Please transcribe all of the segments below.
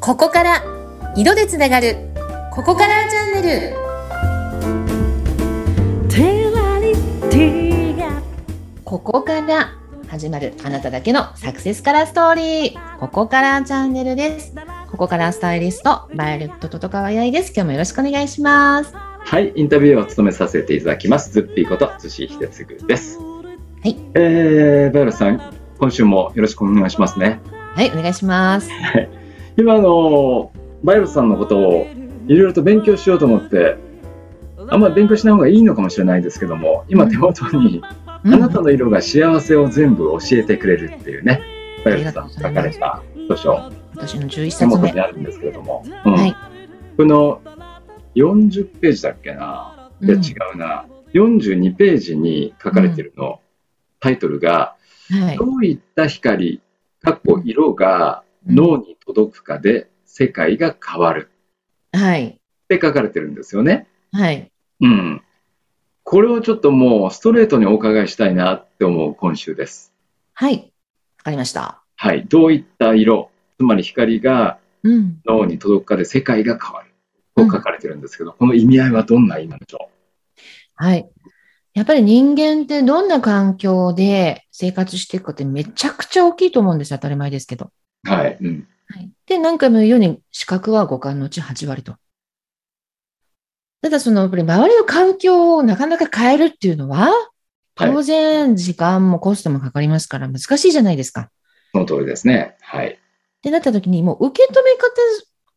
ここから色でつながるここからチャンネルテラリティがここから始まるあなただけのサクセスカラーストーリーここからチャンネルですここからスタイリストバイオレットととかわやいです今日もよろしくお願いしますははい、インタビューを務めさせていただきます。ズッピーこと、寿司秀次です。いえー、バイロさん、今週もよろしくお願いしますね。はいお願いします今、あの、バイロさんのことをいろいろと勉強しようと思って、あんまり勉強しない方がいいのかもしれないですけども、今手元に、うんあなたの色が幸せを全部教えてくれるっていうね、バイロさん書かれた著書、私の11手冊元目にあるんですけれども、うんはいこの40ページだっけな。いや違うな、42ページに書かれてるの、タイトルがうんは「いどういった光かっこ色が脳に届くかで世界が変わる」はいって書かれてるんですよね。はいうん、これをちょっともうストレートにお伺いしたいなって思う今週です。はいわかりましたはい、どういった色つまり光がうん脳に届くかで世界が変わる。と書かれてるんですけど、この意味合いはどんな意味なんでしょはい。やっぱり人間ってどんな環境で生活していくかってめちゃくちゃ大きいと思うんですよ。当たり前ですけど。うはい、うん、で、何回も言うように視覚は五感のうち8割と。ただそのやっぱり周りの環境をなかなか変えるっていうのは、はい当然時間もコストもかかりますから難しいじゃないですか。その通りですね。はい、ってなった時にもう受け止め方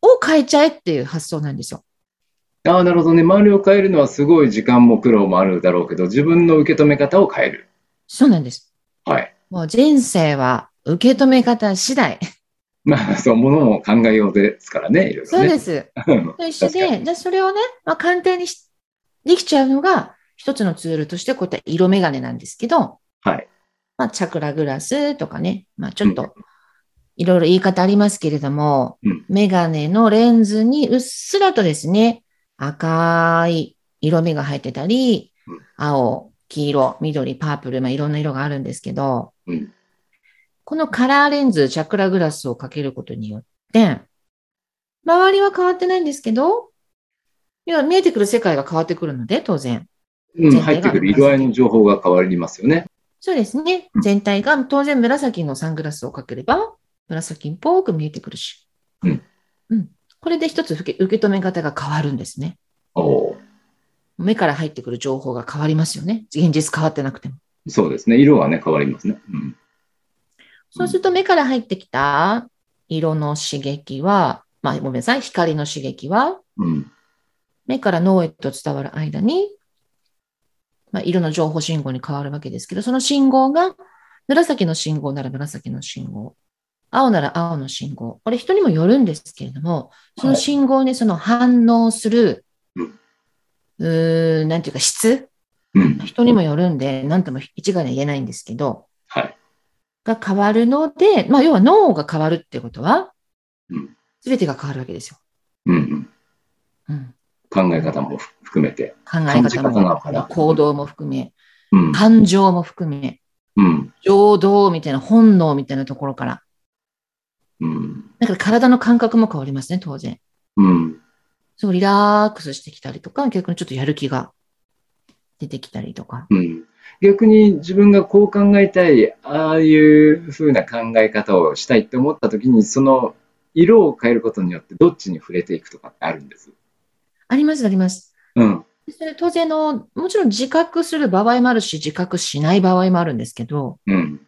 を変えちゃえっていう発想なんですよ。ああ、なるほどね。周りを変えるのはすごい時間も苦労もあるだろうけど、自分の受け止め方を変える。そうなんです。はい。もう人生は受け止め方次第。まあ、 そう、ものも考えようですからね、いろいろそうね。です。と一緒確かで、じゃあそれをね、まあ、簡単にしできちゃうのが、一つのツールとしてこういった色眼鏡なんですけど、はい。まあ、チャクラグラスとかね、まあ、ちょっと、いろいろ言い方ありますけれども、うん眼鏡のレンズにうっすらとですね、赤い色味が入ってたりうん、青、黄色、緑、パープル、まあ、いろんな色があるんですけど、うんこのカラーレンズ、チャクラグラスをかけることによって、周りは変わってないんですけど、要は見えてくる世界が変わってくるので、当然。うん、全体が入ってくる色合いの情報が変わりますよね。そうですねう。ん全体が当然紫のサングラスをかければ、紫っぽく見えてくるし。うん。うん。これで一つ受け受け止め方が変わるんですね。おお目から入ってくる情報が変わりますよね。現実変わってなくても。ーそうですね。色はね、変わりますね。うん。そうすると目から入ってきた色の刺激は、まあごめんなさい、光の刺激は、うん。目から脳へと伝わる間に、まあ、色の情報信号に変わるわけですけど、その信号が紫の信号なら紫の信号、青なら青の信号、これ人にもよるんですけれども、その信号にその反応する、うんうーん、なんていうか質、うん。人にもよるんで、なんとも一概には言えないんですけど、はい。が変わるので、まあ、要は脳が変わるってことはうん、すべてが変わるわけですよ。うん、うん。うん、考え方もふ含めて。考え感じ方方なのかなも、行動も含め、うん。感情も含め、うん。情動みたいな本能みたいなところから。うん。だから体の感覚も変わりますね、当然。うん。すごいリラックスしてきたりとか、逆にちょっとやる気が出てきたりとか。うん。逆に自分がこう考えたい、ああいう風な考え方をしたいって思った時に、その色を変えることによってどっちに触れていくとかってあるんです。あります、あります。うん。でそれ当然の、もちろん自覚する場合もあるし、自覚しない場合もあるんですけど、うん。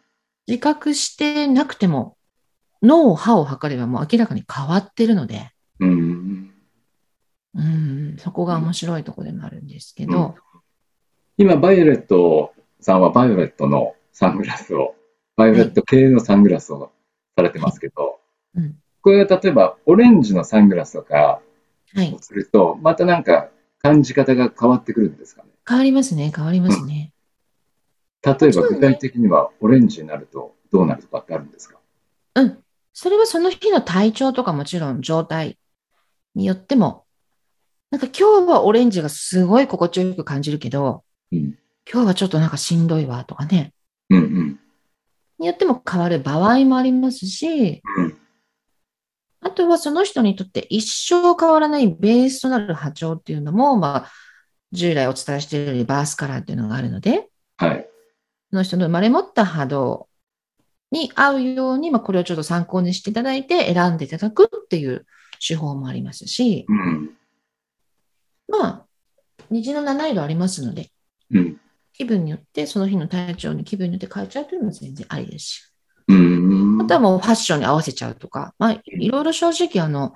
自覚してなくても、脳、歯を測ればもう明らかに変わってるので、うん。うん、そこが面白いところでもあるんですけうどん、今、バイオレットさんはバイオレットのサングラスを、バイオレット系のサングラスをされてますけど、うん、これが例えばオレンジのサングラスとかはいを。すると、またなんか感じ方が変わってくるんですかね。変わりますね、変わりますね。例えばもちろ具んね体的にはオレンジになるとどうなるとかってあるんですかうん。それはその日の体調とかもちろん状態によっても、なんか今日はオレンジがすごい心地よく感じるけど、うん今日はちょっとなんかしんどいわとかね、うんうん。によっても変わる場合もありますし、うんあとはその人にとって一生変わらないベースとなる波長っていうのも、まあ、従来お伝えしているよりバースカラーっていうのがあるので、はい。その人の生まれ持った波動に合うように、まあ、これをちょっと参考にしていただいて選んでいただくっていう手法もありますし、うん。まあ、虹の七色ありますので、うん。気分によって、その日の体調に気分によって変えちゃうというのも全然ありですし、うん。あとはもうファッションに合わせちゃうとか、まあ、いろいろ正直、あの、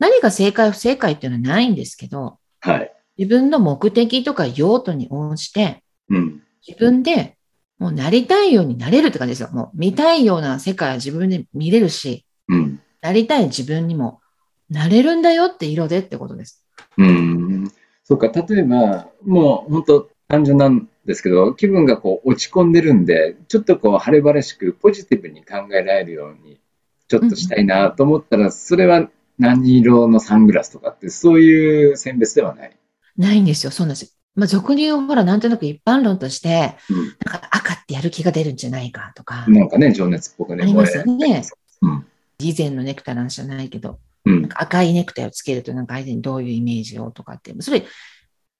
何が正解不正解っていうのはないんですけど、はい。自分の目的とか用途に応じて、うん。自分でもうなりたいようになれるって感じですよ。もう見たいような世界は自分で見れるし、うん。なりたい自分にもなれるんだよって色でってことです。うん。そうか、例えば、もう本当単純なんですけど、気分がこう落ち込んでるんで、ちょっとこう晴れ晴れしくポジティブに考えられるように、ちょっとしたいなと思ったら、それは何色のサングラスとかって、そういう選別ではない。ないんですよ。そうなんですよ。まあ、俗に言うほら、なんとなく一般論として、うんなんか赤ってやる気が出るんじゃないかとか、なんかね、情熱っぽくね、ありますよ燃えね。うん。以前のネクタイなんじゃないけど、うんなん。か赤いネクタイをつけるとなんか相手にどういうイメージをとかって、それ、イ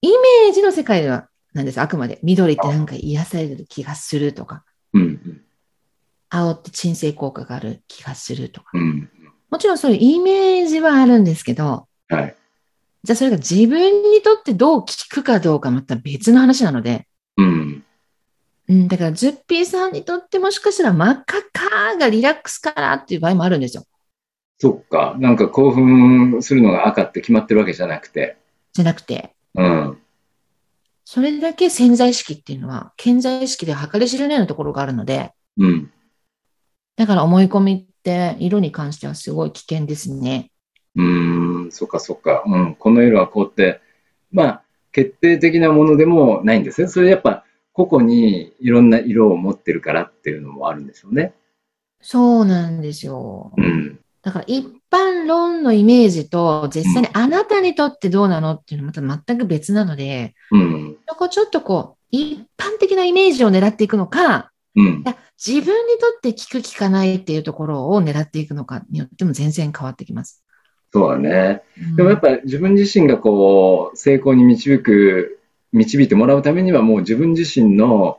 メージの世界ではなんです、あくまで。緑ってなんか癒される気がするとか、うん。青って鎮静効果がある気がするとか。うん。もちろんそういうイメージはあるんですけど、はい。じゃあそれが自分にとってどう効くかどうかまた別の話なので、うん。うん、だから、ズッピーさんにとってもしかしたら真っ赤かがリラックスかなっていう場合もあるんですよ。そっか。なんか興奮するのが赤って決まってるわけじゃなくて。じゃなくて、うん。それだけ潜在意識っていうのは、潜在意識では計り知れないようなところがあるので、うん。だから思い込みって色に関してはすごい危険ですね。うーん。そっかそっか。うん。この色はこうって、まあ、決定的なものでもないんですね。それやっぱ、個々にいろんな色を持ってるからっていうのもあるんでしょうね。そうなんですよ。うん。だから一般論のイメージと、実際にあなたにとってどうなのっていうのはまた全く別なので、うん。そこちょっとこう、一般的なイメージを狙っていくのか、うんい。や自分にとって効く効かないっていうところを狙っていくのかによっても全然変わってきます。そうだね。うんでもやっぱ自分自身がこう、成功に導く、導いてもらうためにはもう自分自身の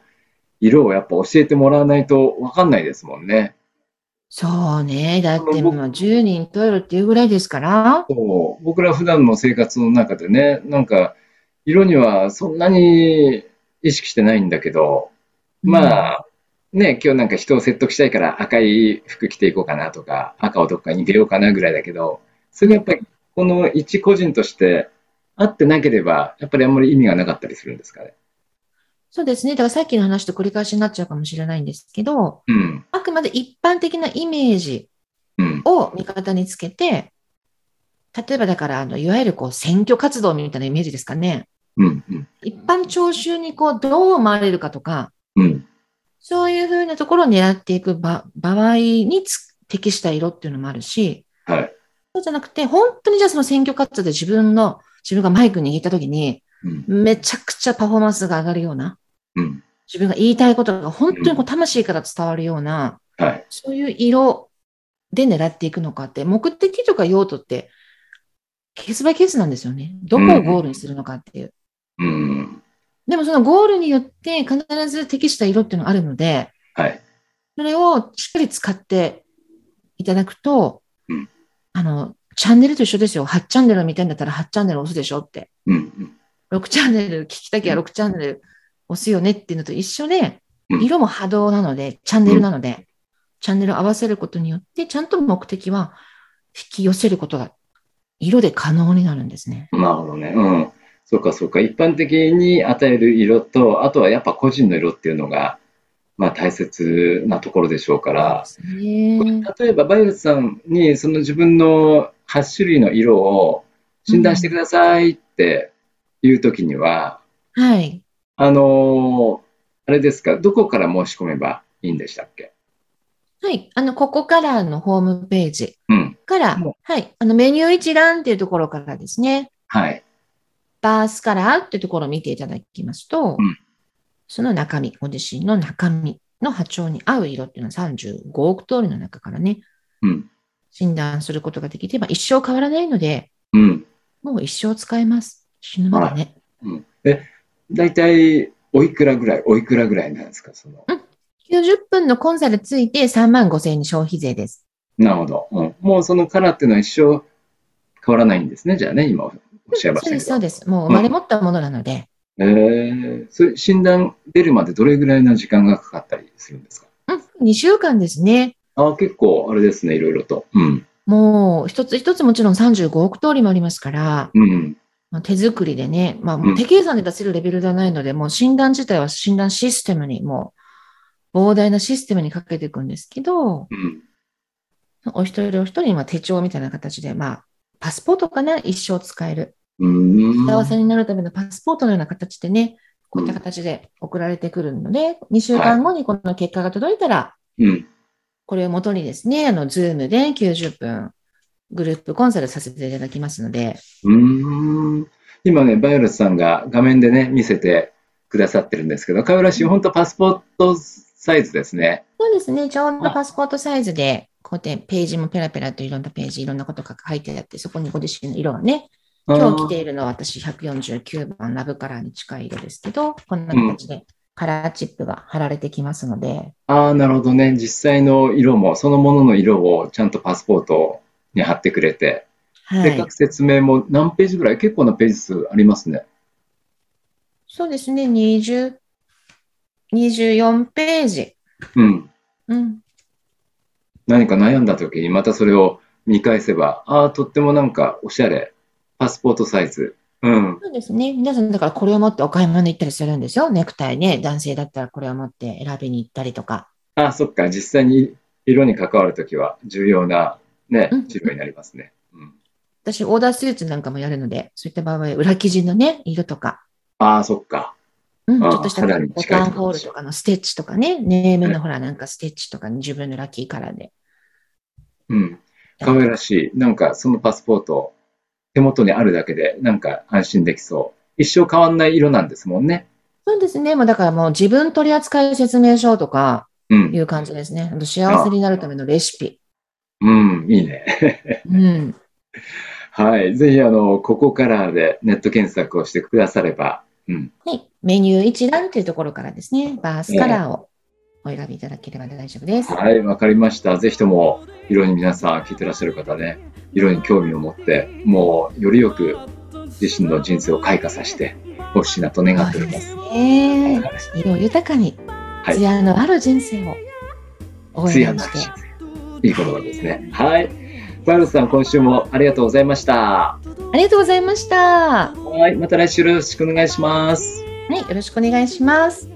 色をやっぱ教えてもらわないとわかんないですもんね。そうね。だって僕今10人取るっていうぐらいですから。そう、僕ら普段の生活の中でね、なんか、色にはそんなに意識してないんだけど、まあ、ね、今日なんか人を説得したいから赤い服着ていこうかなとか、赤をどっかに入れようかなぐらいだけど、それがやっぱりこの一個人として合ってなければ、やっぱりあんまり意味がなかったりするんですかね。そうですね。だからさっきの話と繰り返しになっちゃうかもしれないんですけど、うん、あくまで一般的なイメージうん、を味方につけて、例えばだから、あの、いわゆるこう選挙活動みたいなイメージですかね。うん、うん、一般聴衆にこうどう思われるかとか、うん、そういうふうなところを狙っていく場場合につ適した色っていうのもあるし、はい、そうじゃなくて、本当にじゃあその選挙活動で自分の、自分がマイク握った時に、うん、めちゃくちゃパフォーマンスが上がるような、うん、自分が言いたいことが本当にこう魂から伝わるような、はい、そういう色で狙っていくのかって、目的とか用途って、ケースバイケースなんですよね。どこをゴールにするのかっていう。うん、でもそのゴールによって必ず適した色っていうのがあるので、はい、それをしっかり使っていただくと、うんあの、チャンネルと一緒ですよ。8チャンネルを見たいんだったら8チャンネル押すでしょって。うん、 6チャンネル聞きたきゃ6チャンネル押すよねっていうのと一緒で、うん色も波動なので、チャンネルなので、チャンネルを合わせることによって、ちゃんと目的は引き寄せることが色で可能になるんですね。うん、なるほどね。うん。そうか、そうか。一般的に与える色と、あとはやっぱ個人の色っていうのが、まあ大切なところでしょうから、そうですね例えばバイオレットさんにその自分の8種類の色を診断してくださいっていうときには、はい。あのーあれですか、どこから申し込めばいいんでしたっけはい。あの、ここからのホームページうん。からも、はい。あの、メニュー一覧っていうところからですね、はい。バースカラーっていうところを見ていただきますと、うんその中身、ご自身の中身の波長に合う色っていうのは35億通りの中からね、うん。診断することができれば一生変わらないので、うん。もう一生使えます。死ぬまでね。うん。え、大体、おいくらぐらい、おいくらぐらいなんですか、その。 90分のコンサルついて3万5千円に消費税です。なるほど。うん。もうそのカラーっていうのは一生変わらないんですね、じゃあね、今おっしゃいまそうしたでけす、そうど。です。もう生まれ持ったものなので、えー、それ診断出るまでどれぐらいの時間がかかったりするんですかうん、2週間ですね。あ結構、あれですね、いろいろと。うん。もう一つ一つもちろん35億通りもありますから、うん。まあ、手作りでね、まあ、ん手計算で出せるレベルではないので、もう診断自体は診断システムに、もう膨大なシステムにかけていくんですけど、うん。お一人お一人、まあ、手帳みたいな形で、まあ、パスポートかな、一生使える。うん。幸せになるためのパスポートのような形でね、こういった形で送られてくるので、2週間後にこの結果が届いたら、うん。これをもとにですね、あの、ズームで90分グループコンサルさせていただきますので、うーん今ね、バイオレスさんが画面でね、見せてくださってるんですけど、か浦氏、本当パスポートサイズですね。そうですね、ちょうどパスポートサイズで、こうやってページもペラペラといろんなページ、いろんなことが書いてあって、そこにご自身の色がね、今日着ているのは私149番ラブカラーに近い色ですけど、こんな形でカラーチップが貼られてきますので、ああ、なるほどね。実際の色も、そのものの色をちゃんとパスポートに貼ってくれて、はで、い各。説明も何ページぐらい結構なページ数ありますね。そうですね、20、24ページ。うん。うん。何か悩んだ時にまたそれを見返せば、ああ、とってもなんかおしゃれ。パスポートサイズ。うん。そうですね。皆さん、だからこれを持ってお買い物行ったりするんですよ。ネクタイね。男性だったらこれを持って選びに行ったりとか。ああ、そっか。実際に色に関わるときは重要なねうん、治療になりますね。うん。私、オーダースーツなんかもやるので、そういった場合は裏生地のね、色とか、ああ、そっか。うん、ちあーょっとした肌にボ近いタところンホールとかのステッチとかね、ネームのほら、なんかステッチとかに自分のラッキーカラーで。うん。可愛らしい。なんかそのパスポート、手元にあるだけで、なんか安心できそう。一生変わんない色なんですもんね。そうですね。もうだからもう自分取扱説明書とかうんい。う感じですね。あと幸せになるためのレシピ。うん、いいね。うん。はい。ぜひ、あの、ここからでネット検索をしてくだされば、うん。はい。メニュー一覧というところからですね、バースカラーをお選びいただければ大丈夫です。はい、わかりました。ぜひとも、色に皆さん聞いてらっしゃる方ね、色に興味を持って、もう、よりよく自身の人生を開花させてほしいなと願っております。すね。色豊かに、い艶のある人生を応ツヤ援のしあるて人。生。いい言葉ですね。はい。バイルさん、今週もありがとうございました。ありがとうございました。ははい、また来週よろしくお願いします。い、よろしくお願いします。